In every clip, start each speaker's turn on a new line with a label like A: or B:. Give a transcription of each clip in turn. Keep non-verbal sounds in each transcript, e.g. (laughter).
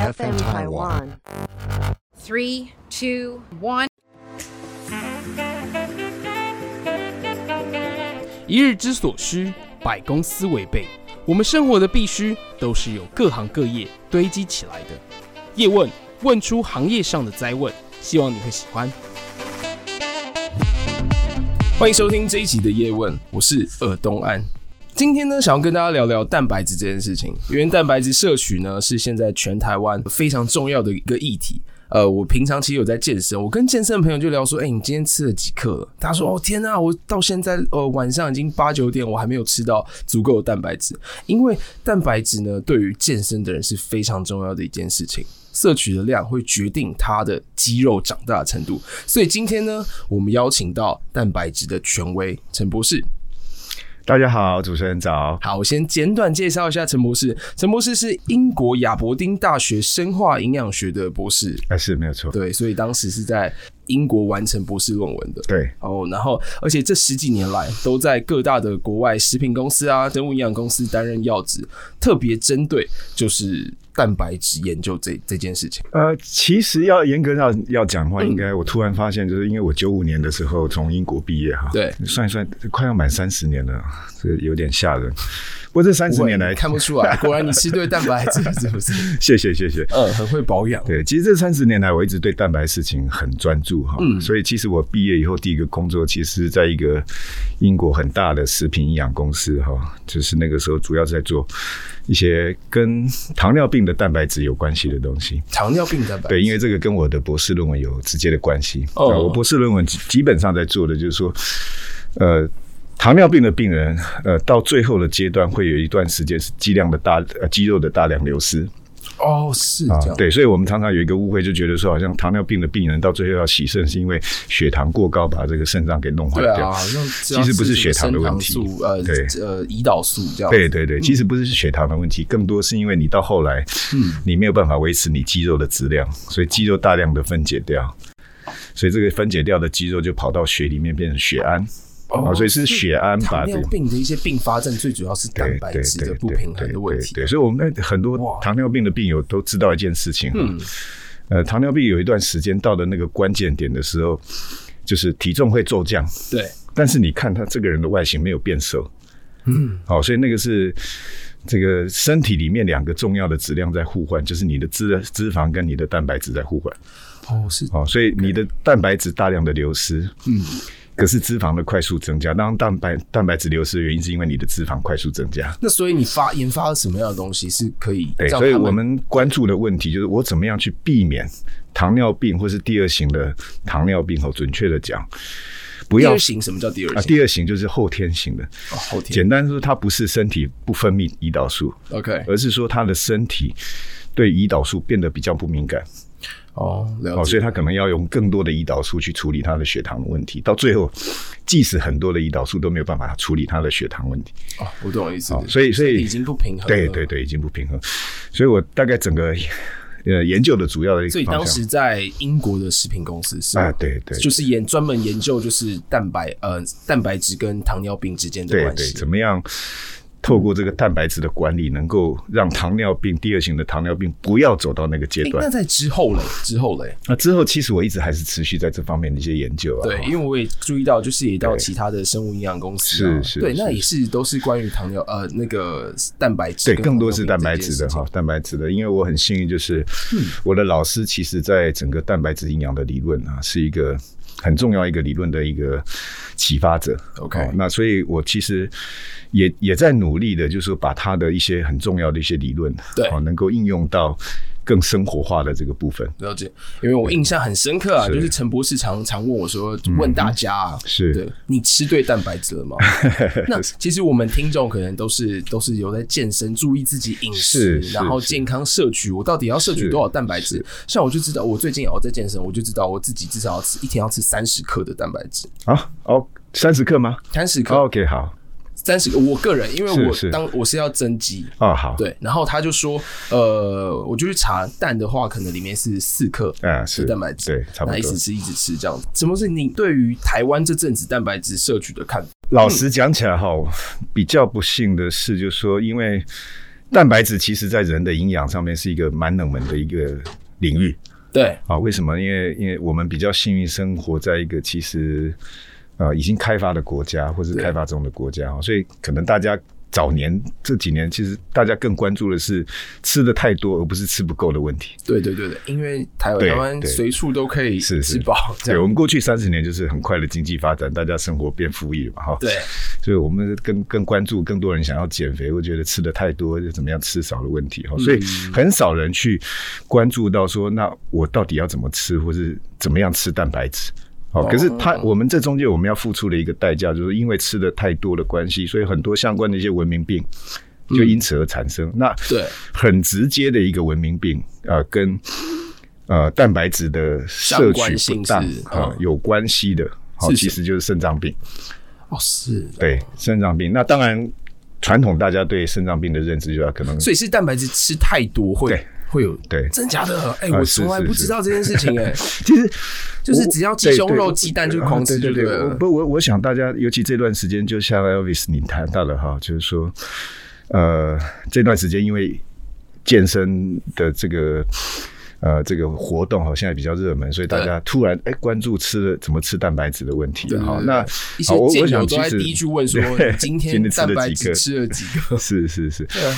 A: FM Taiwan.
B: Three, two, one.
C: 一日之所需，百公司为备。我们生活的必须，都是由各行各业堆积起来的。叶问问出行业上的灾问，希望你会喜欢。
D: 欢迎收听这一集的叶问，我是尔东安。今天呢，想要跟大家聊聊蛋白质这件事情，因为蛋白质摄取呢是现在全台湾非常重要的一个议题。呃，我平常其实有在健身，我跟健身的朋友就聊说，哎、你今天吃了几克了？他说，哦天啊，我到现在呃晚上已经八九点，我还没有吃到足够的蛋白质，因为蛋白质呢对于健身的人是非常重要的一件事情。摄取的量会决定他的肌肉长大的程度，所以今天呢，我们邀请到蛋白质的权威陈博士，
E: 大家好，主持人早。
D: 好，我先简短介绍一下陈博士。陈博士是英国亚伯丁大学生化营养学的博士，
E: 哎、是没有错，
D: 对，所以当时是在英国完成博士论文的。
E: 对，
D: 哦，然后而且这十几年来都在各大的国外食品公司啊、生物营养公司担任要职，特别针对就是蛋白质研究这这件事情。
E: 呃，其实要严格要要讲的话，
D: 嗯
E: 应该我突然发现，就是因为我九五年的时候从英国毕业哈，
D: 对，
E: 算一算快要满三十年了，这有点吓人。不过这三十年
D: 喂
E: 来，
D: 看不出来，
E: (laughs)
D: 果然你吃对蛋白质是不是？
E: 谢谢谢谢。
D: 嗯，很会保养。
E: 对，其实这三十年来，我一直对蛋白事情很专注哈，
D: 嗯
E: 所以其实我毕业以后第一个工作，其实是在一个英国很大的食品营养公司哈，就是那个时候主要是在做一些跟糖尿病的蛋白质有关系的东西。
D: 糖尿病蛋白
E: 对，因为这个跟我的博士论文有直接的关系。
D: 哦
E: 呃我博士论文基基本上在做的就是说，呃，糖尿病的病人，呃，到最后的阶段会有一段时间是剂量的大呃肌肉的大量流失
D: 哦，是
E: 啊
D: 这样。，
E: 对，所以我们常常有一个误会，就觉得说好像糖尿病的病人到最后要洗肾，是因为血糖过高把这个肾脏给弄坏
D: 对啊，
E: 掉。
D: 好像只要
E: 其实不是
D: 吃
E: 血
D: 什么
E: 糖的
D: 升
E: 问题
D: 糖素，呃
E: 对
D: 呃胰岛素这样。
E: 对对对，其实不是血糖的问题，更多是因为你到后来，
D: 嗯
E: 你没有办法维持你肌肉的质量，所以肌肉大量的分解掉，所以这个分解掉的肌肉就跑到血里面变成血氨，
D: 哦
E: 啊，所以是血氨把
D: 糖
E: 这
D: 尿
E: 个。
D: 病的一些并发症，最主要是蛋
E: 对
D: 白
E: 对
D: 质
E: 对
D: 的不
E: 对
D: 平衡
E: 对
D: 的问
E: 对
D: 题。
E: 对，所以我们那很
D: 哇
E: 多糖尿病的病友都知道一件事情，嗯，呃，糖尿病有一段时间到了那个关键点的时候，就是体重会骤降，
D: 对，
E: 但是你看他这个人的外形没有变瘦，嗯，好、所以那个是这个身体里面两个重要的质量在互换，就是你的脂脂肪跟你的蛋白质在互换，
D: 哦，是
E: 哦，所以你的蛋白质大量的流失，嗯。可是脂肪的快速增加，当然蛋白蛋白质流失的原因是因为你的脂肪快速增加。
D: 那所以你发研发了什么样的东西是可以
E: 对，
D: 让
E: 所以
D: 他
E: 我们关注的问题就是我怎么样去避免糖尿病或是第二型的糖尿病。哦，准确的讲，不
D: 第
E: 要
D: 二型什么叫第二
E: 啊，
D: 型？
E: 第二型就是后天型的。
D: 哦后天
E: 简单说，它不是身体不分泌胰岛素，
D: OK
E: 而是说他的身体对胰岛素变得比较不敏感。
D: 哦，了
E: 哦，所
D: 解
E: 以他可能要用更多的胰岛素去处理他的血糖的问题。到最后，即使很多的胰岛素都没有办法处理他的血糖问题。
D: 哦，我懂意思
E: 哦。所以所以
D: 已经不平衡了。
E: 对对。对，已经不平衡。所以我大概整个 (laughs) 呃研究的主要的一
D: 所
E: 个
D: 以
E: 方
D: 当
E: 向
D: 时在英国的食品公司是吗
E: 啊，对对，
D: 就是研专门研究就是蛋白呃蛋白质跟糖尿病之间的
E: 对
D: 关
E: 对，
D: 系
E: 怎。么样透过这个蛋白质的管理，能够让糖尿病第二型的糖尿病不要走到那个阶
D: 诶那
E: 段？
D: 在之后嘞，之后嘞，
E: 那之后，其实我一直还是持续在这方面的一些研究啊。
D: 对，因
E: 为
D: 为我也注意到，就是也到
E: 对
D: 其他的生物营养公司
E: 是
D: 啊，
E: 是
D: 对，
E: 是
D: 那也是都是关于糖尿呃那个蛋白质
E: 对，
D: 跟
E: 更
D: 糖尿病这件事情，嗯
E: 多是蛋白质的哈，蛋白质的。因为我很幸运，就是我的老师其实在整个蛋白质营养的理论啊，是一个很重要一个理论的一个启发者。
D: OK
E: 哦那所以我其实也也在努力的，就是说把他的一些很重要的一些理论，
D: 对
E: 哦，能够应用到更生活化的这个部分。
D: 了解，因为我印象很深刻啊，
E: 是嗯
D: 就是陈博士常常问我说，问大家啊，
E: 是
D: 对你吃对蛋白质
E: (laughs)
D: 了吗？那其实我们听众可能都是都是有在健身，注意自己饮
E: 是
D: 食，
E: 是
D: 然后
E: 是
D: 健康摄取，我到底要摄取
E: 是
D: 多少蛋白质？像我就知道，我最近有在健身，我就知道我自己至少要吃一天要吃三十克的蛋白质，
E: 啊，哦，三十克吗
D: 三十克，
E: ？OK，好，
D: 三十克。我个人因为我
E: 是是
D: 当我是要增肌。
E: 哦，好，，
D: 对，然后他就说，呃，我就去查蛋的话，可能里面是四克，
E: 啊，是
D: 蛋白质，
E: 对，差不
D: 那一
E: 多
D: 直。吃一直吃这样子。什么是你对于台湾这阵子蛋白质摄取的看法？
E: 老实讲起来哈，比较不幸的是，就是说，因为蛋白质其实在人的营养上面是一个蛮冷门的一个领域。
D: 对，
E: 啊，为什么？因为因为我们比较幸运，生活在一个其实呃已经开发的国家，或是开发中的国家哈，所以可能大家早年这几年，其实大家更关注的是吃的太多，而不是吃不够的问题。
D: 对对对对，因为台湾
E: 对
D: 台湾
E: 对
D: 随处都可以
E: 是是
D: 吃饱，这
E: 对，我
D: 样
E: 们过去三十年就是很快的经济发展，大家生活变富裕了嘛哈。
D: 对，
E: 所以我们更更关注更多人想要减肥，会觉得吃的太多就怎么样吃少的问题哈，所以
D: 嗯
E: 很少人去关注到说，那我到底要怎么吃，或是怎么样吃蛋白质。好，可是
D: 哦
E: 它我们这中间我们要付出的一个代价，就是因为吃的太多的关系，所以很多相关的一些文明病就因此而产生。那
D: 嗯对
E: 很直接的一个文明病，呃，跟呃蛋白质的摄
D: 相关
E: 取
D: 性
E: 不当
D: 是
E: 啊、
D: 嗯
E: 有关系的，好，
D: 是
E: 其
D: 是
E: 实就是肾脏病。
D: 哦是，
E: 对肾脏病。那当然，传统大家对肾脏病的认知就要可能
D: 所以是蛋白质吃太多会
E: 对
D: 会有
E: 对
D: 真假的？哎，
E: 啊
D: 我
E: 是
D: 从来
E: 是
D: 不
E: 是
D: 知道这件事情
E: (laughs)
D: 哎，
E: 其实
D: 就是
E: 我
D: 只要鸡
E: 对
D: 胸
E: 对
D: 肉
E: 我啊
D: 鸡蛋就狂吃
E: 对
D: 就
E: 对
D: 对
E: 对，
D: 了
E: 我不我我想大家，尤其这段时间，就像 Elvis 你谈到了哈，就是说，呃，这段时间因为健身的这个。呃，这个活动好像也比较热门，所以大家突然哎关注吃的怎么吃蛋白质的问题。好，那
D: 一些
E: 好我我
D: 健友
E: 想
D: 都
E: 其
D: 在
E: 实
D: 第一句问
E: (laughs)
D: 说
E: 对，
D: (laughs) 今
E: 今
D: 天
E: 天吃了
D: 蛋白
E: 几
D: 质
E: 个
D: 吃了几
E: (laughs)
D: 个？
E: 是是是
D: 啊，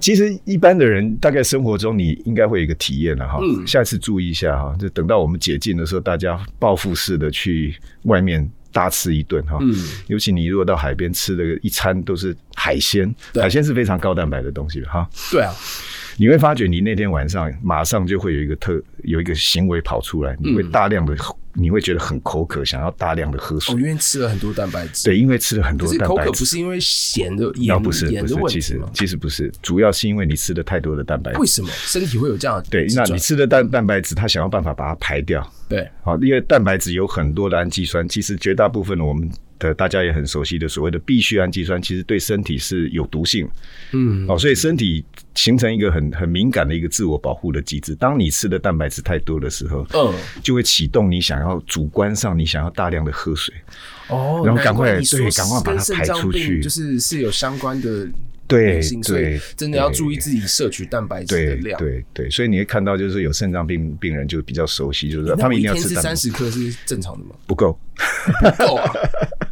E: 其实一般的人大概生活中你应该会有一个体验了哈，
D: 嗯
E: 下次注意一下哈，就等到我们解禁的时候，大家报复式的去外面。大吃一顿哈，
D: 嗯
E: 尤其你如果到海边吃的一餐都是海鲜，
D: 对
E: 海鲜是非常高蛋白的东西的哈，
D: 对啊，
E: 你会发觉你那天晚上马上就会有一个特有一个行为跑出来，
D: 嗯
E: 你会大量的，你会觉得很口渴，想要大量的喝
D: 我
E: 水，
D: 因为吃了很多蛋白质，
E: 对，因为吃了很
D: 哦可
E: 多
D: 是
E: 蛋
D: 口
E: 白
D: 渴不
E: 质，
D: 是因为咸的
E: 那
D: 盐
E: 哦不是
D: 盐
E: 不
D: 的
E: 是，
D: 问
E: 其
D: 题
E: 实
D: 吗？
E: 其实不是，主要是因为你吃了太多的蛋白质
D: 为。什么身体会有这样的啊
E: 对，那
D: 症
E: 你
D: 状
E: 吃的蛋蛋白质，它想要办法把它排掉。
D: 对
E: 好，因为蛋白质有很多的氨基酸，其实绝大部分我们的大家也很熟悉的所谓的必需氨基酸，其实对身体是有毒性。嗯，哦，所以身体形成一个很很敏感的一个自我保护的机制。当你吃的蛋白质太多的时候，
D: 嗯
E: 就会启动你想要主观上你想要大量的喝水。
D: 哦，
E: 然后
D: 难
E: 赶快
D: 怪你说
E: 对赶快把它
D: 跟肾
E: 排
D: 脏
E: 出
D: 病
E: 去
D: 就是是有相关的
E: 对
D: 联性所以
E: 对
D: 真的要注意
E: 对
D: 自己摄取蛋白质的
E: 对
D: 量。
E: 对对，所以你会看到就是有肾脏病病人就比较熟悉，就是
D: 那
E: 他们一定要
D: 我天
E: 吃
D: 吃
E: 蛋白
D: 三
E: 质
D: 十克是正常 (laughs) 的吗？
E: 不够。 (laughs)
D: 够啊，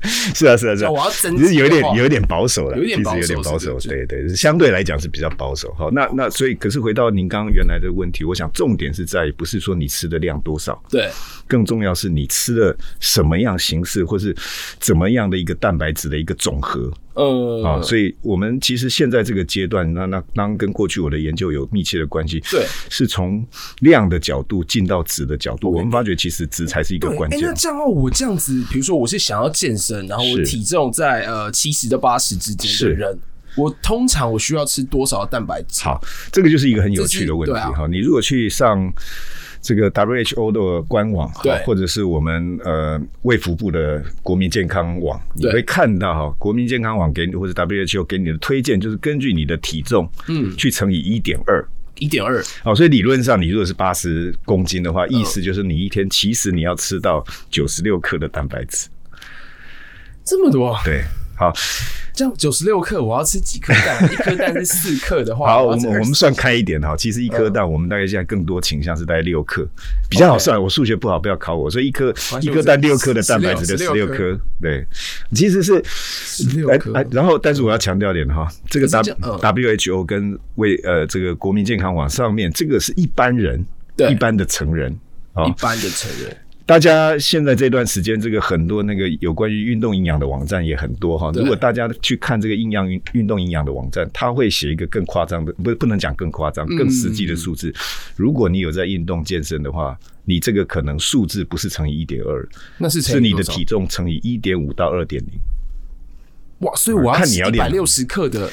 E: 是啊，是啊，是啊，
D: 哦我要增
E: 只是有
D: 肌
E: 点
D: 肉
E: 有点保守了，
D: 有点
E: 其实
D: 保守
E: 有点保守，
D: 是不
E: 对对，相对来讲是比较保守。好，那那所以，可是回到您刚刚原来的问题，我想重点是在于不是说你吃的量多少，
D: 对，
E: 更重要是你吃了什么样形式，或是怎么样的一个蛋白质的一个总和
D: 呃，
E: 啊。所以我们其实现在这个阶段，那那当然跟过去我的研究有密切的关系，
D: 对
E: 是从量的角度进到值的角度，我们发觉其实值才是一个
D: 对，
E: 关
D: 哎，
E: 键
D: 那。这样的话，我这样子，比如说我是想要健身，然后我
E: 是
D: 体重在呃七十到八十之间的
E: 是
D: 人，我通常我需要吃多少的蛋白质？
E: 好，这个就是一个很有趣的问题
D: 这是对啊
E: 哈、你如果去上这个 WHO 的官网，哈
D: 对
E: 或者是我们呃卫福部的国民健康网，你
D: 对
E: 会看到哈，国民健康网给你或者 WHO 给你的推荐，就是根据你的体重，嗯，去乘以一点二。
D: 一点二，
E: 好，所以理论上你如果是八十公斤的话，意思就是你一天其实你要吃到九十六克的蛋白质。
D: 这么多，
E: 对，好，
D: 这样九十六克，我要吃几颗蛋？一颗蛋是四克的话，
E: 好，
D: 我
E: 我
D: 要吃
E: 们我们
D: 20
E: 算开一点哈。其实一颗
D: 嗯
E: 蛋，我们大概现在更多倾向是大概六颗，比较好算。我数学不好，不要考我。所以一颗
D: 关系
E: 一颗蛋
D: 我
E: 六
D: 是
E: 颗的蛋白质的十
D: 16
E: 六颗，对，其实是
D: 16颗
E: 哎哎然后，但是我要强调点哈，这个
D: 可是
E: W
D: 这嗯
E: WHO 跟为呃这个国民健康网上面，这个是一般人，
D: 对
E: 一般的成人。啊。
D: 一般的成人，
E: 大家现在这段时间，这个很多那个有关于运动营养的网站也很多哈。
D: 对
E: 如果大家去看这个营养运运动营养的网站，它会写一个更夸张的，不不能讲更夸
D: 嗯
E: 张，更实际的数字。如果你有在运动健身的话，你这个可能数字不是乘以一点二，
D: 那是乘以
E: 是你的
D: 多少
E: 体重乘以一点五到二点零。
D: 哇，所以我要
E: 啊看
D: 吃
E: 你要
D: 一百
E: 练
D: 六十克的。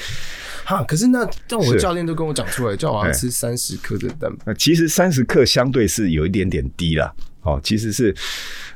D: 哈，可是那但我的
E: 是
D: 教练都跟我讲出来，叫我要
E: 哎
D: 吃三十克的蛋白。
E: 那其实三十克相对是有一点点低啦。哦，其实是，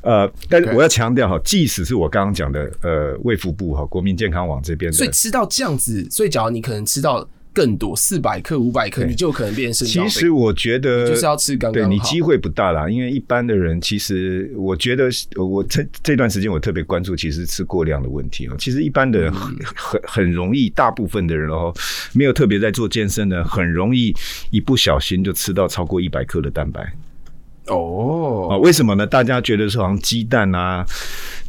E: 呃，但是
D: OK
E: 我要强调哈，即使是我刚刚讲的，呃，卫福部哈，国民健康网这边的，
D: 所以吃到这样子，所以假如你可能吃到更多，四百克、五百克，
E: 对
D: 你就有可能变成肾
E: 其
D: 脏
E: 实
D: 病。
E: 我觉得
D: 你就是要吃刚刚
E: 对
D: 好
E: 你机会不大啦，因为一般的人其实我觉得呃我这这段时间我特别关注，其实吃过量的问题哦。其实一般的
D: 嗯
E: 人很很很容易，大部分的人哦，没有特别在做健身的，很容易一不小心就吃到超过一百克的蛋白。
D: 哦，
E: 哦，为什么呢？大家觉得说好像鸡蛋啊，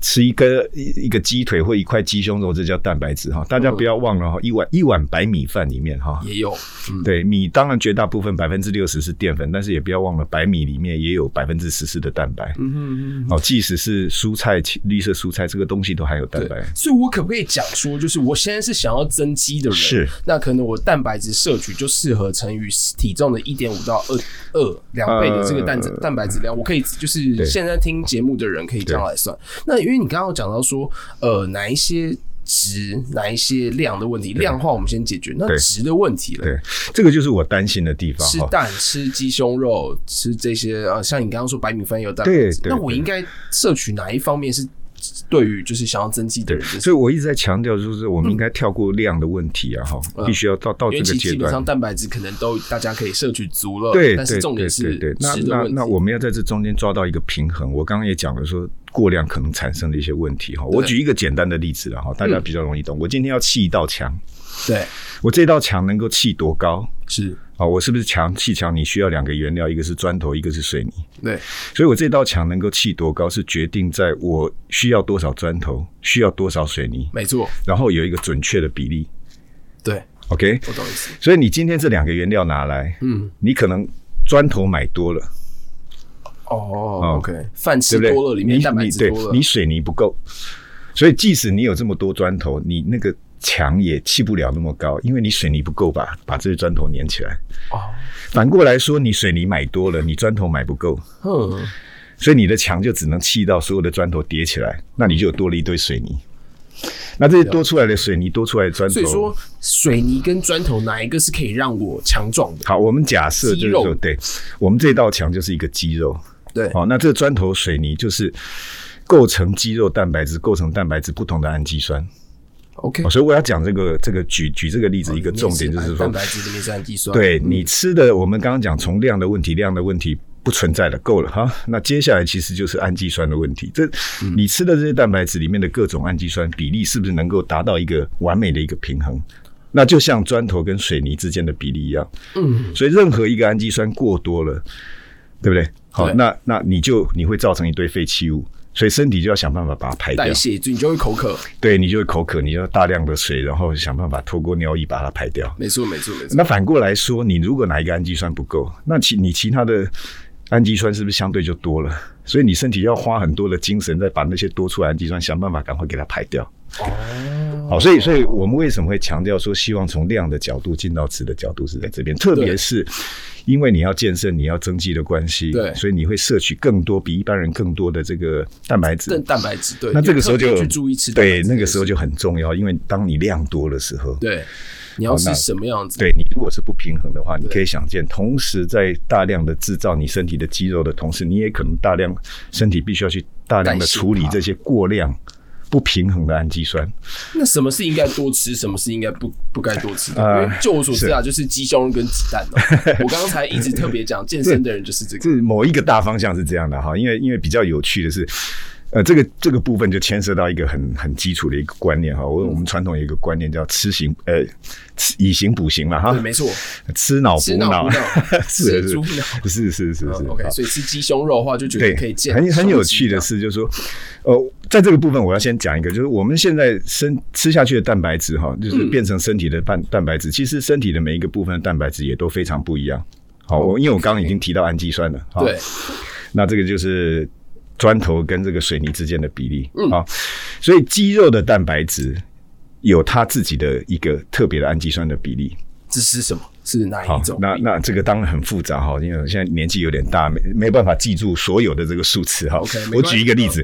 E: 吃一个一一个鸡腿或一块鸡胸肉，这叫蛋白质哈。大家不要忘了哈，一碗一碗白米饭里面哈，
D: 嗯也有，嗯，
E: 对米当然绝大部分百分之六十是淀粉，但是也不要忘了白米里面也有百分之十四的蛋白。
D: 嗯
E: 哦，即使是蔬菜、其绿色蔬菜这个东西都含有蛋
D: 对
E: 白。，
D: 所以我可不可以讲说，就是我现在是想要增肌的人，
E: 是，
D: 那可能我蛋白质摄取就适合乘以体重的一点五到二二两倍的这个蛋子
E: 呃
D: 蛋白质量，我可以就是
E: 对
D: 现在听节目的人可以这样来算。那因为你刚刚有讲到说，呃，哪一些值，哪一些量的问题，量化我们先解决，那
E: 对
D: 值的问题了。
E: 对，这个就是我担心的地方
D: 吃
E: 哈。
D: 蛋、吃鸡胸肉、吃这些呃，像你刚刚说白米饭也有蛋白
E: 对
D: 质，
E: 对
D: 那我
E: 对
D: 应该摄取哪一方面是对于就是想要增肌的
E: 对，
D: 人？就是
E: 所以我一直在强调，就是我们应该跳过量的问题啊，哈、必须要到到
D: 嗯因
E: 这个
D: 为其实
E: 阶
D: 基本上
E: 段。
D: 蛋白质可能都大家可以摄取足了，
E: 对对
D: 但是重点
E: 对
D: 是
E: 对对，那
D: 吃的
E: 那
D: 问题。
E: 那我们要在这中间抓到一个平衡。我刚刚也讲了说。过量可能产生的一些问题哈，我
D: 对嗯
E: 举一个简单的例子了哈，大家比较容易懂。我今天要砌一道墙，
D: 对
E: 我这道墙能够砌多高？
D: 是，
E: 啊、我是不是墙砌墙？你需要两个原料，一个是砖头，一个是水泥。
D: 对
E: 所以我这道墙能够砌多高，是决定在我需要多少砖头，需要多少水泥，
D: 没错，
E: 然后有一个准确的比例。
D: 对
E: OK，
D: 我懂意思。
E: 所以你今天这两个原料拿来，
D: 嗯，
E: 你可能砖头买多了，
D: 哦，OK，饭
E: 对
D: 吃
E: 不对？
D: 多了，里面蛋白
E: 你你
D: 质
E: 对
D: 多了，
E: 你水泥不够，所以即使你有这么多砖头，你那个墙也砌不了那么高，因为你水泥不够把把这些砖头粘起来。
D: 哦，
E: 反过来说，你水泥买多了，你砖头买不够，
D: 哼，
E: 所以你的墙就只能砌到所有的砖头叠起来，那你就有多了一堆水泥。那这些多出来的水泥，多出来的砖头，
D: 所以说水泥跟砖头哪一个是可以让我强壮的？
E: 好，我们假设就是
D: 肌肉
E: 说，对我们这道墙就是一个肌肉，
D: 对
E: 好、哦那这个砖头水泥就是构成肌肉蛋白质，构成蛋白质不同的氨基酸。
D: ，OK，
E: 哦所以我要讲这个这个举举这个例子，一个
D: 哦你也
E: 重点就是
D: 把
E: 说
D: 蛋，白质里面是氨基酸，
E: 对你吃的，我们刚刚讲从量的问题，量的问题不存在了，够了哈。那接下来其实就是氨基酸的问题。这
D: 嗯
E: 你吃的这些蛋白质里面的各种氨基酸比例，是不是能够达到一个完美的一个平衡？那就像砖头跟水泥之间的比例一样，嗯，所以任何一个氨基酸过多了，对不对？好，
D: 对
E: 那那你就你会造成一堆废弃物，所以身体就要想办法把它排掉
D: 代。谢，你就会口渴，
E: 对你就会口渴，你就要大量的水，然后想办法透过尿液把它排掉。
D: 没错，没错，没错，
E: 那反过来说，你如果哪一个氨基酸不够，那其你其他的氨基酸是不是相对就多了？所以你身体要花很多的精神，再把那些多出来的氨基酸想办法赶快给它排掉。哦，好，所以所以我们为什么会强调说，希望从量的角度进到质的角度是在这边，特别是因为你要健身、你要增肌的关系，
D: 对
E: 所以你会摄取更多比一般人更多的这个蛋白质
D: 蛋。蛋白质，对，
E: 那这个时候
D: 特
E: 就
D: 别去注意吃蛋白
E: 对
D: 质，
E: 那个时候就很重要，因为当你量多的时候，
D: 对，你要
E: 好
D: 是
E: 那
D: 什么样子？
E: 对你如果是不平衡的话，你可以想见，同时在大量的制造你身体的肌肉的同时，你也可能大量身体必须要去大量的
D: 代谢
E: 处理
D: 它
E: 这些过量。不平衡的氨基酸，
D: 那什么是应该多吃，什么是应该不不该多吃的？
E: 呃
D: 因为就我所知啊，就是鸡胸肉跟鸡蛋、
E: (laughs)
D: 哦。我刚才一直特别讲，健身的人就是这
E: 这
D: 个。
E: 某一个大方向是这样的哈，因为因为比较有趣的是，呃，这个这个部分就牵涉到一个很很基础的一个观念哈，我我们传统有一个观念叫吃行呃吃以形补形嘛哈
D: 对，，没错，
E: 吃脑补
D: 吃脑补脑
E: (laughs) 是
D: 吃猪
E: 是
D: 脑
E: 是是是是
D: 嗯，OK，所以吃鸡胸肉的话，就觉
E: 对，
D: 得可以健，
E: 很很有
D: 瘦肌
E: 趣的
D: 肉，
E: 是，就是说，呃，在这个部分我要先讲一个，就是我们现在身吃下去的蛋白质哈，
D: 嗯
E: 就是变成身体的蛋蛋白质，其实身体的每一个部分的蛋白质也都非常不一样。好，我因为我刚刚已经提到氨基酸了，好
D: 哦对，
E: 那这个就是砖头跟这个水泥之间的比例
D: 嗯
E: 啊、所以肌肉的蛋白质有它自己的一个特别的氨基酸的比例，
D: 这是什么？是哪
E: 好
D: 一种，？
E: 那那这个当然很复杂哈，因为我现在年纪有点大，没没办法记住所有的这个数词哈。
D: OK，没
E: 我
D: 关系
E: 举一个例子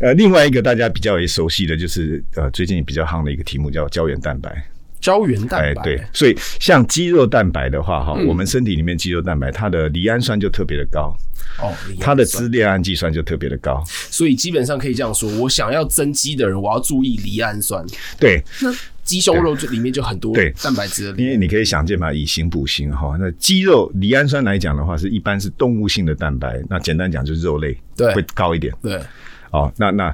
D: 嗯，
E: 呃，另外一个大家比较也熟悉的就是呃，最近比较夯的一个题目叫胶原蛋白。哎
D: 胶原蛋白，嗯
E: 对，所以像肌肉蛋白的话哈，我们身体里面肌肉蛋白它的赖氨酸就特别的高，
D: 哦，一样
E: 它的支链氨基酸就特别的高。
D: 所以基本上可以这样说，我想要增肌的人，我要注意离氨酸。
E: 对，
D: 那鸡胸肉就里面就很多
E: 对
D: 蛋白质的
E: 因为你可以想见嘛，以形补形哈。那肌肉离氨酸来讲的话，是一般是动物性的蛋白，那简单讲就是肉类，
D: 对
E: 会高一点。
D: 对
E: 哦，那那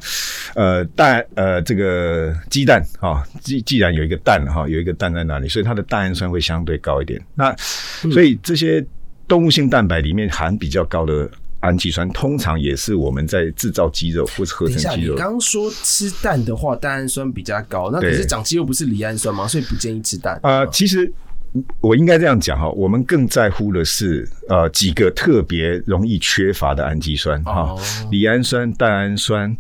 E: 呃蛋呃这个鸡蛋啊、哦，既既然有一个蛋哈、有一个蛋在那里，所以它的蛋氨酸会相对高一点。那
D: 嗯
E: 所以这些动物性蛋白里面含比较高的氨基酸，通常也是我们在制造鸡肉或是合
D: 等一
E: 成
D: 下，
E: 鸡
D: 你
E: 肉。
D: 刚刚说吃蛋的话，蛋氨酸比较高，那可
E: 对
D: 是长肌肉不是离氨酸吗？所以不建议吃蛋。
E: 呃，其实我应该这样讲哈，我们更在乎的是呃几个特别容易缺乏的氨基酸哈
D: 哦，
E: 赖、氨酸、蛋氨酸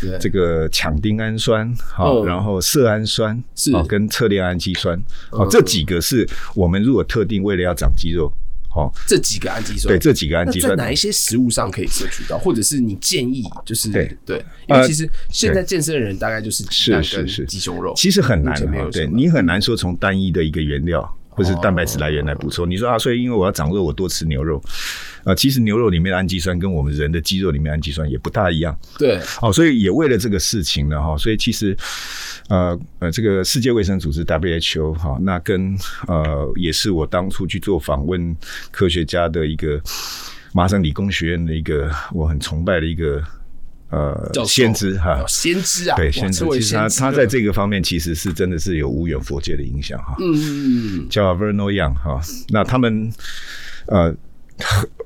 D: 对，
E: 这个强丁氨酸哈、
D: 嗯
E: 然后色氨酸
D: 是
E: 哦跟侧链氨基酸哦、这几个是我们如果特定为了要长肌肉哦，
D: 这几个氨基酸，
E: 对这几个氨基
D: 那
E: 酸
D: 在哪一些食物上可以摄取到，或者是你建议就是
E: 对
D: 因为
E: 呃
D: 其实现在健身的人大概就是鸡蛋
E: 是
D: 跟
E: 是是
D: 鸡胸肉，
E: 其实很难
D: 哦目前没有
E: 哈，对
D: 什么哦
E: 你很难说从单一的一个原料或是蛋白质来源来补充。你说啊，所以因为我要长肉，我多吃牛肉，啊，其实牛肉里面的氨基酸跟我们人的肌肉里面的氨基酸也不大一样。
D: 对
E: 哦，所以也为了这个事情呢，哈，所以其实，呃呃，这个世界卫生组织 WHO 哈、那跟呃也是我当初去做访问科学家的一个麻省理工学院的一个我很崇拜的一个呃
D: 教授
E: 先知哈、
D: 哦先知啊，
E: 对，
D: 哇
E: 先知
D: 这位
E: 其实他
D: 先知
E: 他
D: 了
E: 在这个方面其实是真的是有无远佛界的影响哈。
D: 嗯，
E: 叫 Verno Young 哈、那他们呃。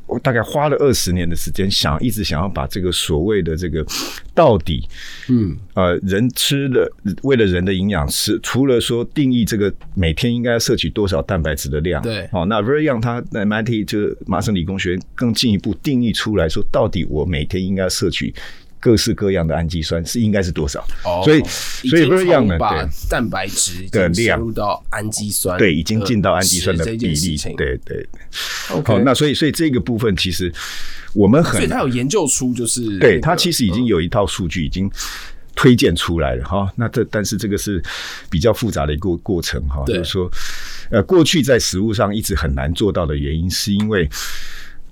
E: 我大概花了二十年的时间，想一直想要把这个所谓的这个到底，嗯，呃，人吃的为了人的营养吃，除了说定义这个每天应该摄取多少蛋白质的量，
D: 对
E: 哦，那 Ver Young 他在 MIT 就是麻省理工学院更进一步定义出来说，到底我每天应该摄取各式各样的氨基酸是应该是多少？
D: 哦
E: 所以
D: 已
E: 所以
D: 经
E: Ver Young 呢，
D: 把
E: 对。
D: 蛋白质已经
E: 的量
D: 摄入到氨基酸，
E: 对，已经进到氨基酸的比例，对
D: 对
E: 对。
D: ，OK，
E: 好，那所以所以这个部分其实我们
D: 所以
E: 很
D: 他有研究出就是
E: 对
D: 那
E: 它
D: 个嗯
E: 其实已经有一套数据已经。推荐出来了哈，那这但是这个是比较复杂的一个过程哈，
D: 对
E: 就是说，呃，过去在食物上一直很难做到的原因，是因为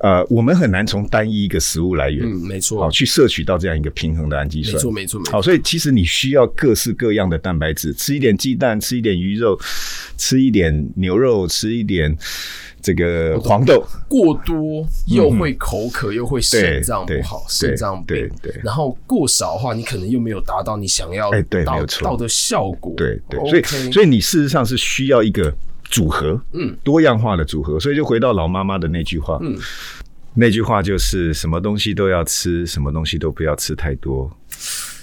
E: 呃，我们很难从单一一个食物来源，
D: 嗯，没
E: 好、
D: 错，
E: 去摄取到这样一个平衡的氨基
D: 没
E: 酸，
D: 错，没错，没
E: 好，
D: 错，
E: 所以其实你需要各式各样的蛋白质，吃一点鸡蛋，吃一点鱼肉，吃一点牛肉，吃一点这个黄豆，
D: 过多又会口渴，又会肾脏不好，
E: 嗯对
D: 肾脏病，
E: 对对
D: 然后过少的话，你可能又没有达到你想要
E: 哎对
D: 到
E: 没有错
D: 到的效果，
E: 对对，所以所以你事实上是需要一个组合，嗯，多样化的组合。所以就回到老妈妈的那句话，嗯，那句话就是什么东西都要吃，什么东西都不要吃太多。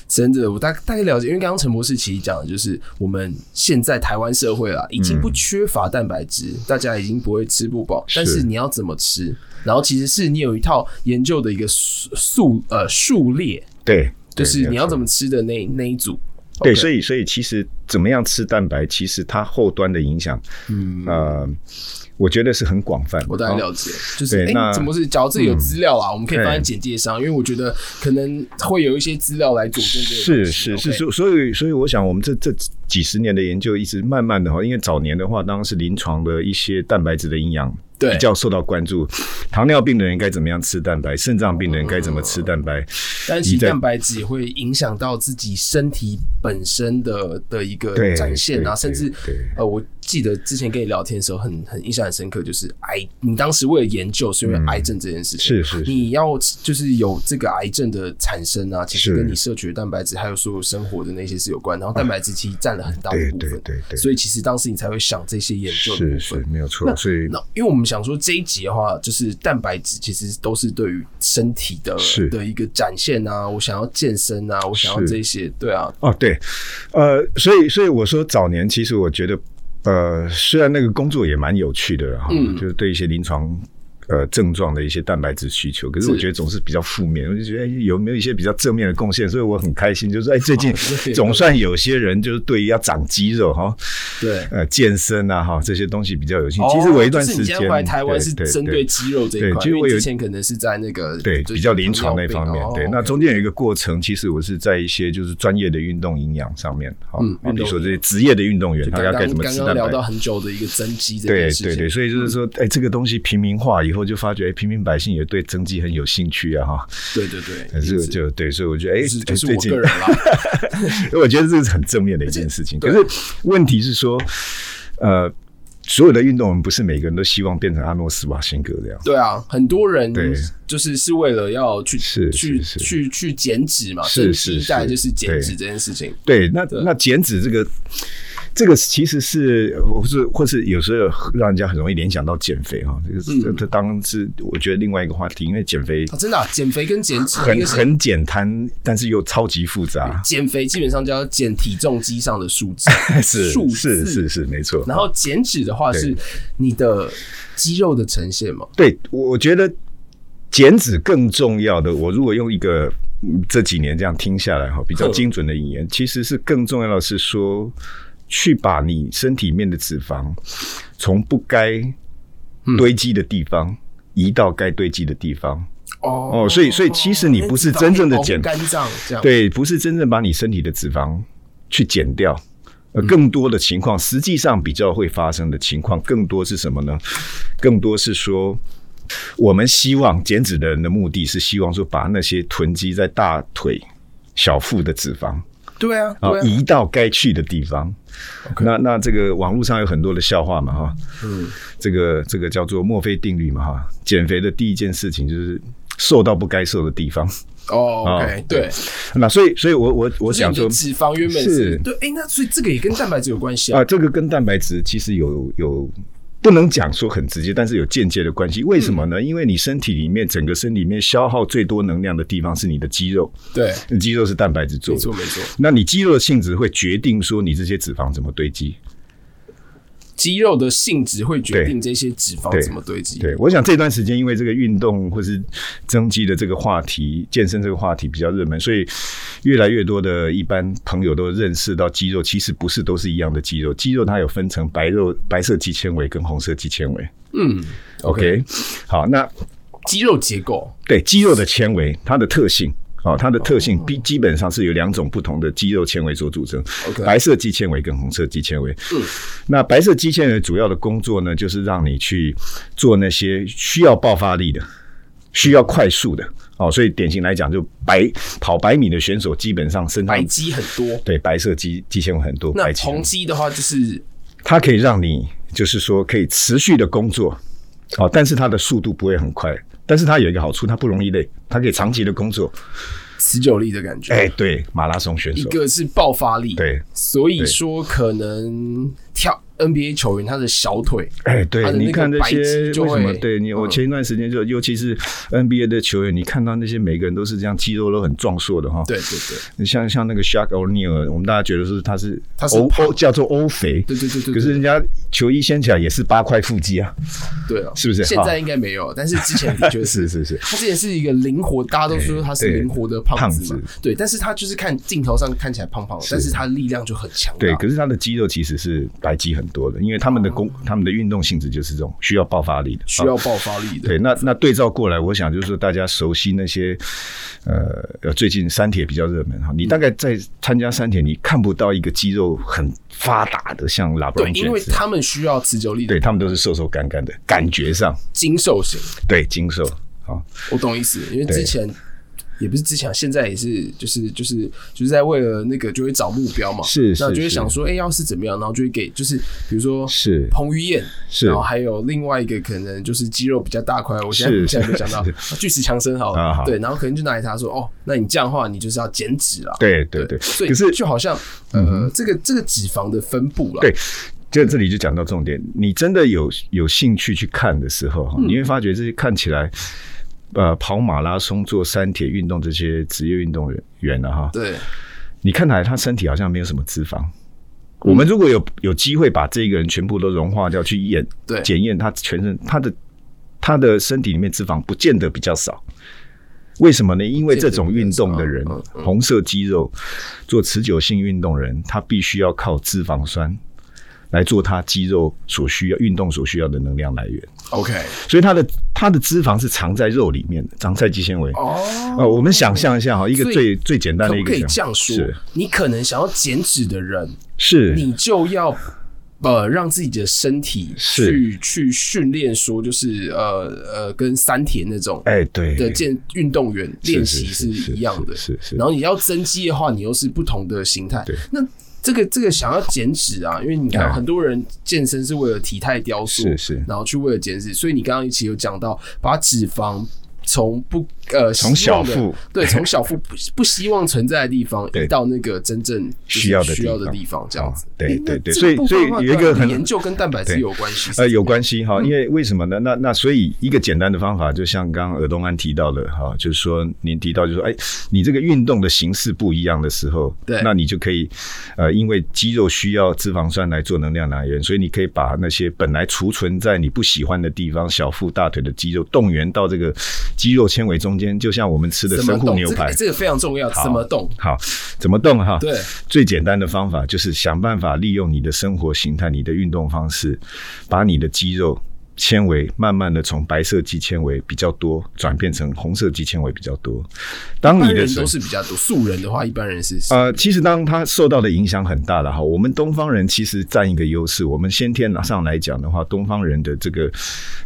D: 真的，我大大概了解，因为刚刚陈博士其实讲的就是我们现在台湾社会啦，啊已经不缺乏蛋白质，大家已经不会吃不饱，但是你要怎么吃？然后其实是你有一套研究的一个数数呃数列，
E: 对，
D: 就是你要怎
E: 么
D: 么吃的那那一组。
E: 对，
D: 以
E: 所以所以其实怎么样吃蛋白，其实它后端的影响，嗯，呃，我觉得是很广泛的。
D: 我大概
E: 哦
D: 了解，就是
E: 对
D: 哎，
E: 那嗯
D: 诶怎么是？假如这里有资料啊啦，我们可以放在
E: 对
D: 简介上，因为我觉得可能会有一些资料来佐证这
E: 是
D: 个东西。
E: 是
D: OK
E: 是，所所以所以我想，我们这这几十年的研究一直慢慢的哈，因为早年的话，当然是临床的一些蛋白质的营养
D: 对
E: 比较受到关注，糖尿病的人该怎么样吃蛋白，肾脏病的人该怎么吃蛋白，
D: 但其实
E: 你在
D: 蛋白质也会影响到自己身体本身的的一个
E: 对
D: 展现啊，
E: 对
D: 甚至
E: 对对
D: 呃，我记得之前跟你聊天的时候很，很印象很深刻，就是癌，你当时为了研究是因为癌症这件事情，
E: 嗯是是是
D: 你要就是有这个癌症的产生啊，其实
E: 是
D: 跟你摄取的蛋白质还有所有生活的那些是有关，然后蛋白质其实占了很大的
E: 对
D: 部分，
E: 对对对
D: 所以其实当时你才会想这些研究的部
E: 是
D: 分，
E: 是没有错，所以
D: 那因为我们想说这一集的话，就是蛋白质其实都是对于身体的
E: 是
D: 的一个展现啊，我想要健身啊，我想要
E: 是
D: 这些，对啊，
E: 哦，对，呃，所以所以我说早年其实我觉得，呃，虽然那个工作也蛮有趣的哈，
D: 嗯
E: 就是对一些临床。呃，症状的一些蛋白质需求，可是我
D: 是
E: 觉得总是比较负面，我就觉得、哎有没有一些比较正面的贡献，所以我很开心，就是哎，最近
D: 哦对啊
E: 总算有些人就是对于要长肌肉哈，
D: 对
E: 呃，健身啊哈这些东西比较有兴趣。
D: 哦
E: 其实我有一段
D: 就是
E: 时
D: 你现
E: 间
D: 在回来台湾
E: 对
D: 是
E: 对
D: 针对肌肉这一
E: 对
D: 块，
E: 其实
D: 因
E: 我
D: 为
E: 有
D: 之前可能是在那个
E: 对，
D: 就是
E: 比较临床那
D: 糖
E: 方
D: 尿病
E: 面
D: 哦。
E: 对，那中间有一个过程，其实我是在一些就是专业的运动营养上面，好，
D: 嗯
E: 好比
D: 运动
E: 如说这些职业的运动员，
D: 就
E: 他
D: 刚
E: 要
D: 刚
E: 该怎么
D: 刚
E: 吃
D: 刚
E: 蛋
D: 聊
E: 白
D: 到。很久的一个增肌这
E: 对
D: 件事情，嗯
E: 对对，所以就是说，哎，这个东西平民化以后，就发觉哎，平民百姓也对增肌很有兴趣啊
D: (laughs)
E: 哈。
D: 对对对，
E: 可是就对，所以我觉得哎，
D: 是
E: 哎
D: 就是
E: 最
D: 我
E: 近
D: 个人啦，
E: (laughs) 我觉得这是很正面的一件事情。可是问题是说，呃，所有的运动员不是每个人都希望变成阿诺斯瓦辛格这样。
D: 对啊，很多人
E: 对
D: 就是是为了要去
E: 是
D: 去
E: 是是
D: 去去减脂嘛，
E: 是
D: 增
E: 是
D: 肌
E: 是
D: 当然就是减
E: 对
D: 脂这件事情。
E: 对，那那减脂这个，这个其实是或是或是有时候让人家很容易联想到减肥哈，这个
D: 嗯
E: 是这这当然是我觉得另外一个话题，因为减肥
D: 啊，真的啊减、肥跟减脂一
E: 很
D: 个是
E: 很简单，但是又超级复杂。，
D: 减肥基本上就要减体重机上的数字
E: (laughs) 是
D: 数
E: 是
D: 字
E: 是是，没错。
D: 然后减脂的话是你的肌肉的呈现嘛，
E: 对，我我觉得减脂更重要的，我如果用一个嗯这几年这样听下来哈，比较
D: 呵
E: 精准的语言，其实是更重要的是说，去把你身体里面的脂肪从不该堆积的地方。移到该堆积的地方
D: 哦
E: 哦，所以所以其实你不是真正的减，
D: 肝脏这样，
E: 对，不是真正把你身体的脂肪去减掉。呃，更多的情况，实际上比较会发生的情况，更多是什么呢？更多是说，我们希望减脂的人的目的是希望说，把那些囤积在大腿、小腹的脂肪
D: 对啊，
E: 啊
D: 对，啊，
E: 移到该去的地方。那那这个网络上有很多的笑话嘛，哈，嗯，这个这个叫做墨菲定律嘛，哈，减肥的第一件事情就是瘦到不该瘦的地方。
D: 哦，OK，
E: 哦
D: 对，
E: 那所以，所以我我我
D: 我
E: 想说，
D: 脂肪原本
E: 是
D: 对，哎，那所以这个也跟蛋白质有关系啊
E: 啊，，这个跟蛋白质其实有有不能讲说很直接，但是有间接的关系。为什
D: 嗯
E: 么呢？因为你身体里面整个身体里面消耗最多能量的地方是你的肌肉，
D: 对，
E: 肌肉是蛋白质做
D: 没错
E: 的。
D: 没错，
E: 那你肌肉的性质会决定说你这些脂肪怎么堆积。
D: 肌肉的性质会决
E: 对
D: 定这些脂肪
E: 对
D: 怎么堆积，
E: 对，我想这段时间因为这个运动或是增肌的这个话题、健身这个话题比较热门，所以越来越多的一般朋友都认识到肌肉其实不是都是一样的肌肉，肌肉它有分成白肉、白色肌纤维跟红色肌纤维。
D: 嗯
E: OK，好，那
D: 肌肉结构，
E: 对肌肉的纤维，它的特性。哦，它的特性基基本上是由两种不同的肌肉纤维所组成
D: OK
E: 白色肌纤维跟红色肌纤维。嗯，那白色肌纤维主要的工作呢，就是让你去做那些需要爆发力的、需要快速的。哦，所以典型来讲，就白跑百米的选手基本上身上
D: 白肌很多。
E: 对白色肌肌纤维很多，
D: 那
E: 白肌纤维
D: 红肌的话就是
E: 它可以让你就是说可以持续的工作，哦，但是它的速度不会很快，但是它有一个好处，它不容易累，它可以长期的工作。
D: 持久力的感觉。
E: 哎、对，马拉松选
D: 一
E: 手，
D: 个是爆发力，
E: 对
D: 所以说可能跳 NBA 球员他的小腿，
E: 哎、
D: 他
E: 对，
D: 的那
E: 你
D: 个
E: 看这
D: 白
E: 些
D: 肌就
E: 为什么？
D: 会
E: 对你，我
D: 嗯
E: 前一段时间就，尤其是 NBA 的球员，你看到那些每个人都是这样，肌肉都很壮硕的哈。
D: 对对对，
E: 你像像那个 Shaq O'Neal，我们大家觉得是他是
D: 他是
E: 欧
D: 胖
E: 欧叫做欧肥，
D: 对对对对对
E: 可是人家球衣掀起来也是八块腹肌啊，
D: 对啊，
E: 是不是
D: 现在应该没有，但是之前的确
E: (laughs) 是是是，
D: 他之前是一个灵活，大家都说他是
E: 对
D: 灵活的胖子嘛
E: 胖，
D: 对，但是他就是看镜头上看起来胖胖，的，但是他的力量就很强大，
E: 对，可是他的肌肉其实是白肌很多的，因为他们的工、他们的运动性质就是这种需要爆发力的，
D: 哦
E: 啊
D: 需要爆发力的，
E: 对，那那对照过来，我想就是说大家熟悉那些，呃呃，最近山铁比较热门哈。你大概在参加山铁，你看不到一个肌肉很发达的，像拉布
D: 对，
E: 朗
D: 因为他们需要持久力的
E: 对他们都是瘦瘦干干的，感觉上
D: 精瘦型，
E: 对精瘦啊，
D: 我懂意思，因为
E: 对
D: 之前。也不是之前，啊现在也是，就是就是就是在为了那个就会找目标嘛，
E: 是是
D: 那就会
E: 是
D: 想说，哎、要是怎么样，然后就会给，就是比如说
E: 是
D: 彭于晏，
E: 是
D: 然后还有另外一个可能就是肌肉比较大块，我现在
E: 是
D: 现在没有讲到巨石强森好了，
E: 啊好
D: 对，然后可能就拿给他说，哦，那你这样的话，你就是要减脂啦，
E: 对对对。
D: 所以
E: 可是嗯
D: 就好像呃，这个这个脂肪的分布啦，
E: 对，就这里就讲到重点。你真的有有兴趣去看的时候，哈，你会发觉这些看起来，呃，跑马拉松、做山铁运动这些职业运动员呢，哈，
D: 对
E: 你看来他身体好像没有什么脂
D: 嗯
E: 肪。我们如果有有机会把这个人全部都融化掉，去验
D: 对
E: 检验他全身他的他的身体里面脂肪，不见得比较少。为什么呢？因为这种运动的人
D: 不见得比较，少嗯嗯
E: 红色肌肉做持久性运动人，他必须要靠脂肪酸来做他肌肉所需要运动所需要的能量来源，
D: ，OK，
E: 所以他的他的脂肪是藏在肉里面的，藏在肌纤维。
D: 哦，
E: 呃，我们想象一下哈，一个
D: 所以
E: 最最简单
D: 可
E: 的一
D: 不
E: 个
D: 可以
E: 想
D: 这样说
E: 是？
D: 你可能想要减脂的人，
E: 是
D: 你就要呃让自己的身体
E: 是
D: 去去训练，说就是呃呃跟三田那种
E: 哎，对，
D: 的健运动员
E: 是
D: 练习
E: 是是
D: 一样的，
E: 是是是
D: 然后你要增肌的话，你又是不同的形态
E: 对。
D: 那这个这个想要减脂啊，因为你看
E: 哎
D: 很多人健身是为了体态雕塑，
E: 是是
D: 然后去为了减脂，所以你刚刚一起有讲到把脂肪。从不呃，
E: 从
D: 希望的
E: 小腹
D: 对，从小腹 (laughs) 不不希望存在的地方，
E: 对
D: 移到那个真正就是
E: 需要的
D: 需要的
E: 地方
D: 地方，这样子
E: 哦。对
D: 诶那
E: 对对
D: 这
E: 所以
D: 部分的话
E: 所以有一
D: 对
E: 个
D: 啊你
E: 很
D: 研究跟蛋白质
E: 对
D: 有关系，
E: 呃，有关系
D: 嗯
E: 哈，因为为什么呢？那那所以一个简单的方法，就像刚刚尔东安提到的哈，就是说您提到就是说，哎，你这个运动的形式不一样的时候，
D: 对
E: 那你就可以呃，因为肌肉需要脂肪酸来做能量来源，所以你可以把那些本来储存在你不喜欢的地方，小腹、大腿的肌肉动员到这个肌肉纤维中间，就像我们吃的
D: 怎么
E: 神户
D: 动
E: 牛
D: 这个
E: 排
D: 诶，这个非常重要，
E: 好
D: 怎么动？
E: 好，怎么动哈？
D: 对，
E: 最简单的方法就是想办法利用你的生活形态、你的运动方式，把你的肌肉纤维慢慢的从白色肌纤维比较多转变成红色肌纤维比较多。当
D: 一般
E: 你的
D: 人
E: 手
D: 都是比较多，素人的话，一般人是
E: 呃，其实当它受到的影响很大了哈。我们东方人其实占一个优势，我们先天上来讲的话，东方人的这个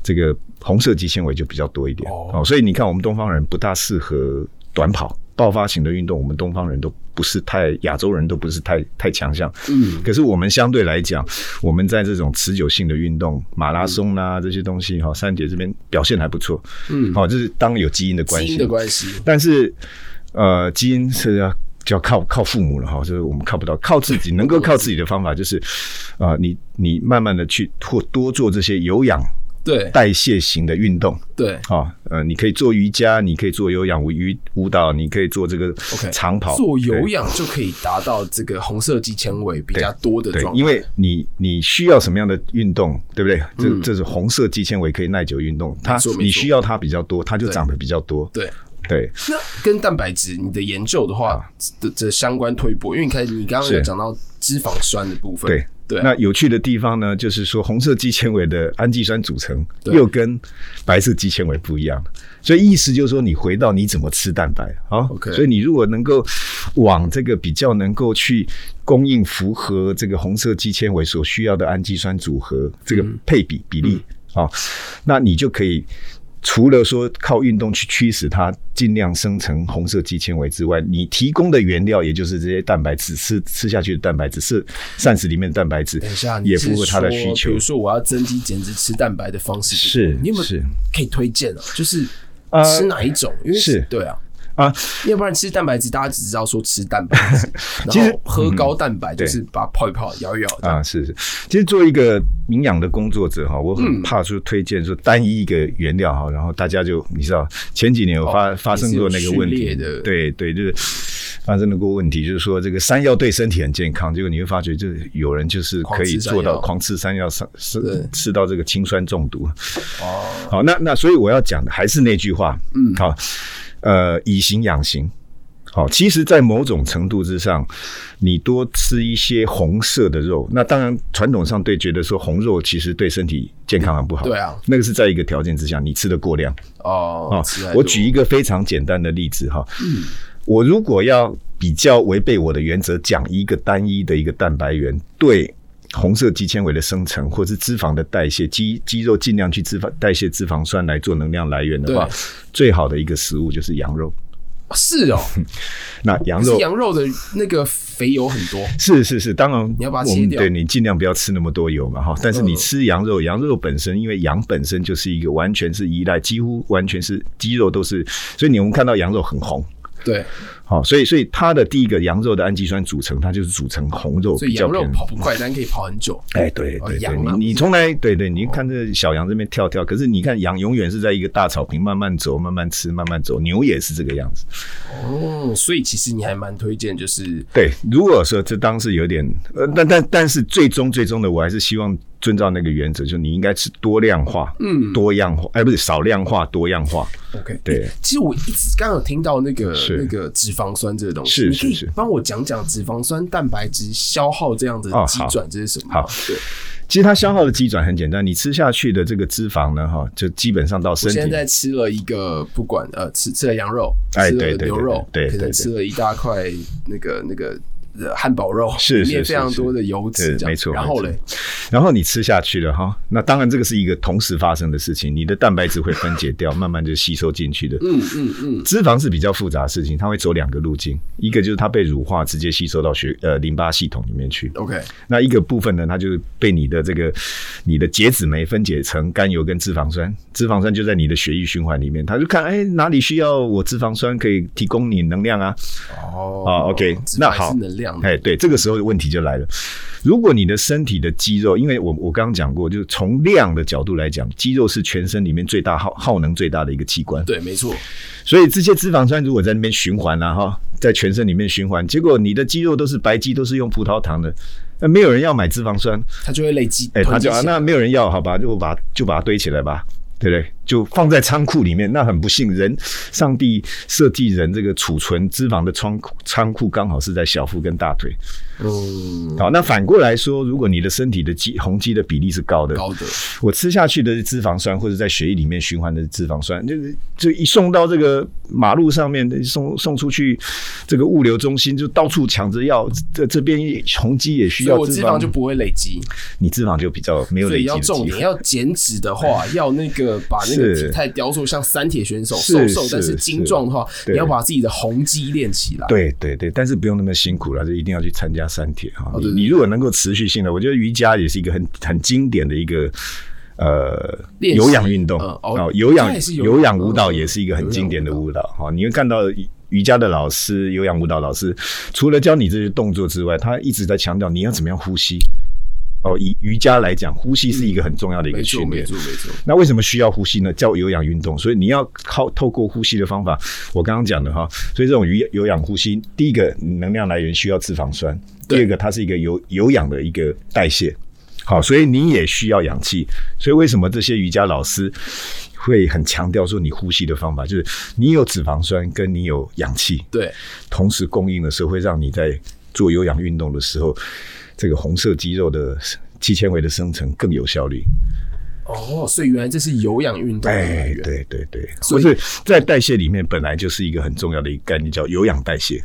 E: 这个红色肌纤维就比较多一点
D: 哦
E: 哦所以你看我们东方人不大适合短跑。爆发型的运动，我们东方人都不是太，亚洲人都不是太太强项。嗯，可是我们相对来讲，我们在这种持久性的运动，马拉松啦、这些东西哈，三姐这边表现还不错。嗯，好、这是当有基因的关
D: 基
E: 系
D: 因的关系。
E: 但是呃，基因是要就要靠靠父母了哈，就是我们靠不到，靠自己能够靠自己的方法就是，啊，你你慢慢的去或多做这些有氧
D: 对
E: 代谢型的运动。
D: 对，
E: 啊、呃，你可以做瑜伽，你可以做有氧舞瑜舞蹈，你可以做这个
D: OK，
E: 长跑
D: 做有
E: 对
D: 氧就可以达到这个红色肌纤维比较多的
E: 对
D: 状，态，
E: 因为你你需要什么样的运动，对不对？这、这是红色肌纤维可以耐久运动，它
D: 错嗯没
E: 你
D: 错
E: 需要它比较多，它就
D: 对
E: 长得比较多。
D: 对。
E: 对，
D: 那跟蛋白质你的研究的话的的相关推波，因为你看你刚刚有
E: 啊是
D: 讲到脂肪酸的部分，
E: 对
D: 对，
E: 那有趣的地方呢，就是说红色肌纤维的氨基酸组成
D: 对
E: 又跟白色肌纤维不一样，所以意思就是说，你回到你怎么吃蛋白啊
D: OK
E: 所以你如果能够往这个比较能够去供应符合这个红色肌纤维所需要的氨基酸组合这个配比比例
D: 嗯
E: 啊、好那你就可以。除了说靠运动去驱使它尽量生成红色肌纤维之外，你提供的原料也就是这些蛋白质，吃吃下去的蛋白质是膳食里面的蛋白质
D: 等一下，你
E: 也
D: 是
E: 符合他的需
D: 说
E: 求
D: 比如。说我要增肌减脂，吃蛋白的方式
E: 是
D: 你有没有
E: 是
D: 可以推荐啊？就是
E: 呃
D: 吃哪一种？因为
E: 是
D: 对啊。
E: 啊，
D: 要不然吃蛋白质，大家只知道说吃蛋白质，
E: (laughs) 其
D: 然
E: 实嗯
D: 后喝高蛋白，就
E: 对
D: 是把它泡一泡，摇一摇这样。
E: 啊，是是，其实做一个营养的工作者哈，我
D: 嗯
E: 很怕说推荐说单一一个原料哈，然后大家就你知道，前几年有发、
D: 哦
E: 发生过那个问
D: 也
E: 题
D: 是有序列的
E: 对对，就是发生过问题，就是说这个山药对身体很健康，结果你会发觉，就是有人就是可以做到狂
D: 狂
E: 吃山药，上吃
D: 对
E: 吃到这个氰酸中毒。哦，好，那那所以我要讲的还是那句话，嗯，好，呃，以形养形。好，其实，在某种程度之上，你多吃一些红色的肉，那当然传统上对觉得说红肉其实对身体健康很不好。
D: 对啊，
E: 那个是在一个条件之下，你吃的过量。
D: 哦
E: 哦，
D: 吃太，多嗯
E: 我举一个非常简单的例子哈，我如果要比较违背我的原则，讲一个单一的一个蛋白源对。红色肌纤维的生成，或是脂肪的代谢，肌肌肉尽量去脂肪代谢脂肪酸来做能量来源的话
D: 对，
E: 最好的一个食物就是羊肉。(laughs)
D: 是哦，
E: 那羊
D: 可是
E: 肉
D: 羊肉的那个肥油很多，
E: 是是是，当然
D: 你要把它
E: 我
D: 切
E: 们
D: 掉
E: 对你尽量不要吃那么多油嘛哈。但是你
D: 嗯
E: 吃羊肉，羊肉本身因为羊本身就是一个完全是依赖，几乎完全是肌肉都是，所以你我们看到羊肉很红，
D: 对，
E: 好、所以所以它的第一个羊肉的氨基酸组成，它就是组成红肉
D: 所以
E: 比较
D: 羊肉
E: 偏。
D: 跑不快，但可以跑很久。
E: 哎，对
D: 哦
E: 对对，
D: 羊啊
E: 你你从来对对，你看这小羊这边跳跳，可是你看羊永远是在一个大草坪慢慢走，慢慢吃，慢慢走。牛也是这个样子。
D: 哦，所以其实你还蛮推荐，就是
E: 对，如果说这当时有点，呃，但但但是最终最终的，我还是希望遵照那个原则，就你应该吃多量化，嗯，多样化，哎，不是少量化，多样化。
D: OK。
E: 对，
D: 其实我一直刚刚有听到那个
E: 是
D: 那个脂肪酸这个东西，
E: 是
D: 你可以
E: 是是
D: 帮我讲讲脂肪酸蛋白质消耗这样的
E: 哦
D: 机
E: 好
D: 转这是什么？
E: 好，
D: 对，
E: 其实它消耗的基转很简单，你吃下去的这个脂肪呢，哈，就基本上到
D: 我
E: 身
D: 现
E: 体
D: 在吃了一个不管呃吃吃了羊肉，
E: 哎
D: 吃了
E: 对对
D: 牛
E: 对
D: 肉，
E: 对对
D: 可能
E: 对
D: 吃了一大块那个那个呃汉堡肉，
E: 是
D: 里面
E: 是
D: 非常
E: 是
D: 多的油脂
E: 是
D: 这样，
E: 没错
D: 然后
E: 没
D: 嘞
E: 错，然后你吃下去了哈，那当然这个是一个同时发生的事情，你的蛋白质会分解掉，慢慢就吸收进去的。
D: 嗯嗯嗯，
E: 脂肪是比较复杂的事情，它会走两个路径，一个就是它被乳化，直接吸收到血呃淋巴系统里面去。
D: OK，
E: 那一个部分呢，它就是被你的这个你的结脂酶分解成甘油跟脂肪酸，脂肪酸就在你的血液循环里面，它就看哎哪里需要我脂肪酸可以提供你能量啊，
D: 哦
E: 啊，OK，
D: 脂肪
E: 那好
D: 是能量的，
E: 哎，对，这个时候问题就来了。如果你的身体的肌肉，因为我我刚刚讲过，就是从量的角度来讲，肌肉是全身里面最大耗耗能最大的一个器官，
D: 对，没错，
E: 所以这些脂肪酸如果在那边循环了、哈，在全身里面循环，结果你的肌肉都是白肌，都是用葡萄糖的，那没有人要买脂肪酸，
D: 它就会累积，
E: 哎、
D: 囤
E: 他
D: 积
E: 就、啊、
D: 起来
E: 那没有人要，好吧，就把就把它堆起来吧，对不对？就放在仓库里面。那很不幸，人上帝设计人这个储存脂肪的仓库仓库刚好是在小腹跟大腿。
D: 嗯
E: 好，那反过来说，如果你的身体的肌红肌的比例是高的，
D: 高的，
E: 我吃下去的脂肪酸或者在血液里面循环的脂肪酸，就是就一送到这个马路上面，送送出去这个物流中心，就到处抢着要。这这边也红肌也需
D: 所以
E: 要
D: 我
E: 脂
D: 脂
E: 肪，
D: 肪就不会累积，
E: 你脂肪就比较没有
D: 所
E: 累
D: 以
E: 积
D: 要
E: 的机
D: 重
E: 会
D: 点，。要减脂的
E: (laughs)
D: 话，要那个把那个
E: 是
D: 体态雕塑像三铁选手
E: 是
D: 瘦瘦，
E: 是
D: 但是精壮的话，
E: 对
D: 你要把自己的红肌练起来。
E: 对对对，但是不用那么辛苦了，就一定要去参加三铁哈。
D: 哦
E: 你
D: 对对
E: 你如果能够持续性的，我觉得瑜伽也是一个很很经典的一个呃
D: 练习
E: 有氧运动
D: 嗯哦
E: 有氧
D: 它也是有氧
E: 有氧舞蹈
D: 嗯
E: 也是一个很经典的舞蹈哈。你会看到瑜伽的老师、有氧舞蹈老师，除了教你这些动作之外，他一直在强调你要怎么样呼吸。哦，以瑜伽来讲，呼吸是一个很重要的一
D: 没
E: 个
D: 错，
E: 训
D: 没
E: 练。
D: 错，没错。
E: 那为什么需要呼吸呢？叫有氧运动，所以你要靠透过呼吸的方法，我刚刚讲的哈，所以这种有有氧呼吸，第一个能量来源需要脂肪酸，第
D: 对
E: 二个它是一个有有氧的一个代谢。好，所以你也需要氧气，所以为什么这些瑜伽老师会很强调说你呼吸的方法，就是你有脂肪酸跟你有氧气，
D: 对，
E: 同时供应的时候，会让你在做有氧运动的时候，这个红色肌肉的肌纤维的生成更有效率。
D: 哦，所以原来这是有氧运动的来
E: 哎，
D: 源。
E: 对对对，
D: 所
E: 所
D: 以
E: 以在代谢里面本来就是一个很重要的一个概念，叫有氧代谢。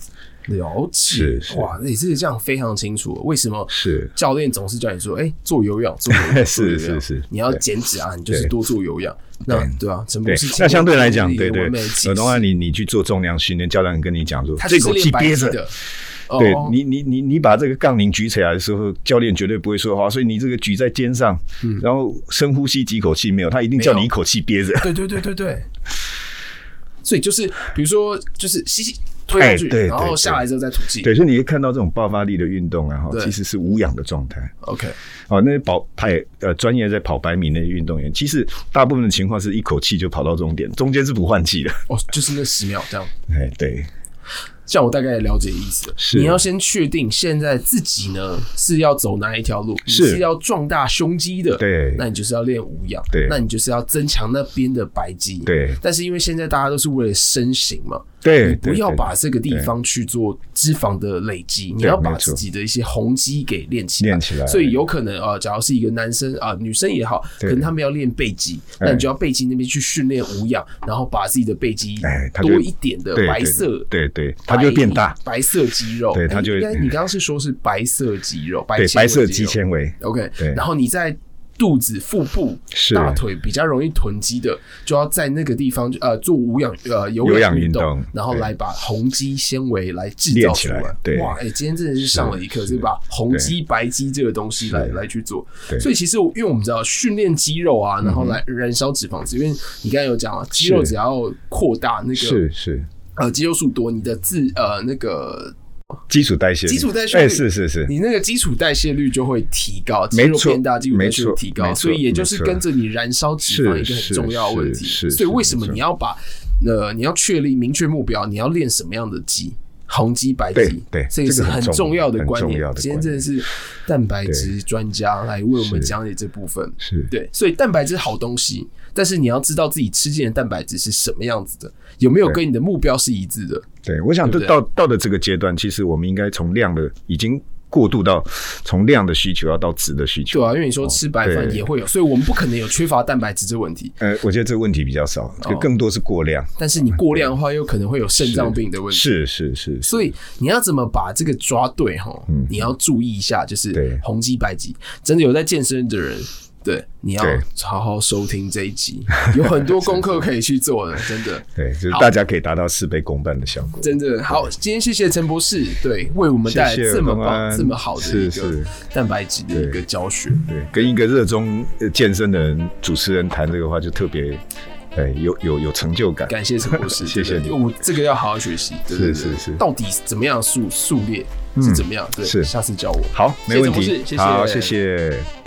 D: 了解
E: 是。是
D: 哇，你这个这样非常清楚。为什么
E: 是
D: 教练总是叫你说，哎，做有氧，做有
E: (laughs) 是
D: 氧，做有
E: 是
D: 氧
E: 是
D: 你要
E: 对
D: 减脂啊，你就是
E: 对
D: 多做有氧。那对啊，陈博
E: 对
D: 士，，
E: 那相对来讲，
D: 这
E: 对
D: 个
E: 对
D: 完美的解，释
E: 有的话你你去做重量训练，教练跟你讲说
D: 他就
E: 这
D: 是
E: 口
D: 练
E: 气
D: 白
E: 憋
D: 肌
E: 着，
D: 的。
E: 对
D: 哦
E: 你你你你把这个杠铃举起来的时候，教练绝对不会说话，所以你这个举在肩上，然后深呼吸几口气没有，他一定叫
D: 嗯没
E: 你
D: 有
E: 一口气憋着。
D: 对对对对对。所以就是，比如说，就是吸气推上去，
E: 哎对
D: 然后
E: 对
D: 下来之后再吐气。
E: 对，所以你会看到这种爆发力的运动啊，哈
D: 对，
E: 其实是无氧的状态。
D: ，OK，
E: 哦，那些跑派呃专业在跑百米那些运动员，其实大部分的情况是一口气就跑到终点，中间是不换气的。 (laughs)
D: 哦，就是那十秒这样。
E: 哎，对，
D: 这样我大概了解意思了。
E: 是
D: 你要先确定现在自己呢是要走哪一条路，你
E: 是
D: 是要壮大胸肌的，
E: 对
D: 那你就是要练无氧，
E: 对
D: 那你就是要增强那边的白肌，
E: 对
D: 但是因为现在大家都是为了身形嘛，
E: 对
D: 你不
E: 对
D: 要
E: 对
D: 把这个地方去做脂肪的累积，你要把
E: 没错
D: 自己的一些红肌给练起来，
E: 练起来
D: 所以有可能呃，假如是一个男生啊、呃女生也好，可
E: 对
D: 能他们要练背肌，
E: 哎
D: 那你就要背肌那边去训练无氧，然后把自己的背肌
E: 哎它就
D: 多一点的
E: 对
D: 白
E: 对
D: 色
E: 对对，它就会变大，
D: 白色肌肉，
E: 对它就
D: 哎
E: 会嗯
D: 应该你刚刚是说是白色肌肉，白
E: 对，白色肌
D: 肌
E: 纤维，
D: ，OK，
E: 对
D: 然后你在。肚子、腹部、
E: 是
D: 大腿比较容易囤积的，就要在那个地方呃做无氧呃有
E: 有
D: 氧
E: 氧
D: 运
E: 运动
D: 动，然后
E: 对
D: 来把红肌纤维来制造
E: 练
D: 出
E: 起来对
D: 哇，哎、今天真的是上了一课，
E: 是
D: 是把红肌、白肌这个东西来
E: 是
D: 来去做。
E: 对嗯
D: 所以其实我因为我们知道训练肌肉啊，然后来燃烧脂肪脂，因为你刚才有讲啊，肌肉
E: 是
D: 只要扩大那个
E: 是是，
D: 呃肌肉数多，你的自呃那个
E: 基础代谢率，
D: 基础代谢率
E: 哎，是是是，
D: 你那个基础代谢率就会提高，肌
E: 没
D: 肉
E: 错
D: 变大，基础代谢率
E: 没错
D: 提
E: 没
D: 高，
E: 错
D: 所以也就是
E: 没错
D: 跟着你燃烧脂肪一个很
E: 是
D: 重要的问题。
E: 是是
D: 所以为
E: 是
D: 什么
E: 没错
D: 你要把呃你要确立明确目标，你要练什么样的肌？红肌、白肌，
E: 对对
D: 这个是
E: 这个
D: 很
E: 很重
D: 重要的
E: 很
D: 观
E: 重
D: 念
E: 要。的
D: 今天
E: 观
D: 真的
E: 念
D: 是蛋白质
E: 对
D: 专家来为我
E: 是
D: 们讲解这部分。
E: 是
D: 对，所以蛋白质是好东西，但是你要知道自己吃进的蛋白质是什么样子的，有没有
E: 对
D: 跟你的目标是一致的。
E: 对，我想这
D: 对不对
E: 到到了这个阶段，其实我们应该从量的已经过渡到从量的需求要到质的需求。
D: 对啊，因为你说吃白饭
E: 哦对
D: 也会有，所以我们不可能有缺乏蛋白质这问题。
E: 呃，我觉得这个问题比较少，
D: 哦
E: 就更多是过量。
D: 但是你过量的话，又可能会有肾脏病的问题。
E: 是是是，
D: 所以你要怎么把这个抓对哈？你要注意一下，就是
E: 嗯对
D: 红肌白肌，真的有在健身的人，对，你要
E: 对
D: 好好收听这一集，有很多功课可以去做的，真的。
E: 对，就是
D: 好
E: 大家可以达到事倍功半的效果。
D: 真的好，今天谢谢陈博士，对，为我们带来
E: 谢谢
D: 这么
E: 东
D: 棒、
E: 安
D: 这么好的
E: 是
D: 一个
E: 是
D: 蛋白质的一个
E: 对
D: 教学。
E: 对，跟一个热衷呃健身的人主持人谈这个话，就特别，哎，有有有成就感。
D: 感谢陈
E: (laughs)
D: 博士，
E: 谢谢
D: 真的
E: 你
D: 我这个要好好学习。对对对
E: 是是是
D: 到底怎么样速速列是怎么样？对，
E: 是
D: 下次教我。
E: 好，没问
D: 谢谢陈博士
E: 题。
D: 谢谢
E: 好，谢谢。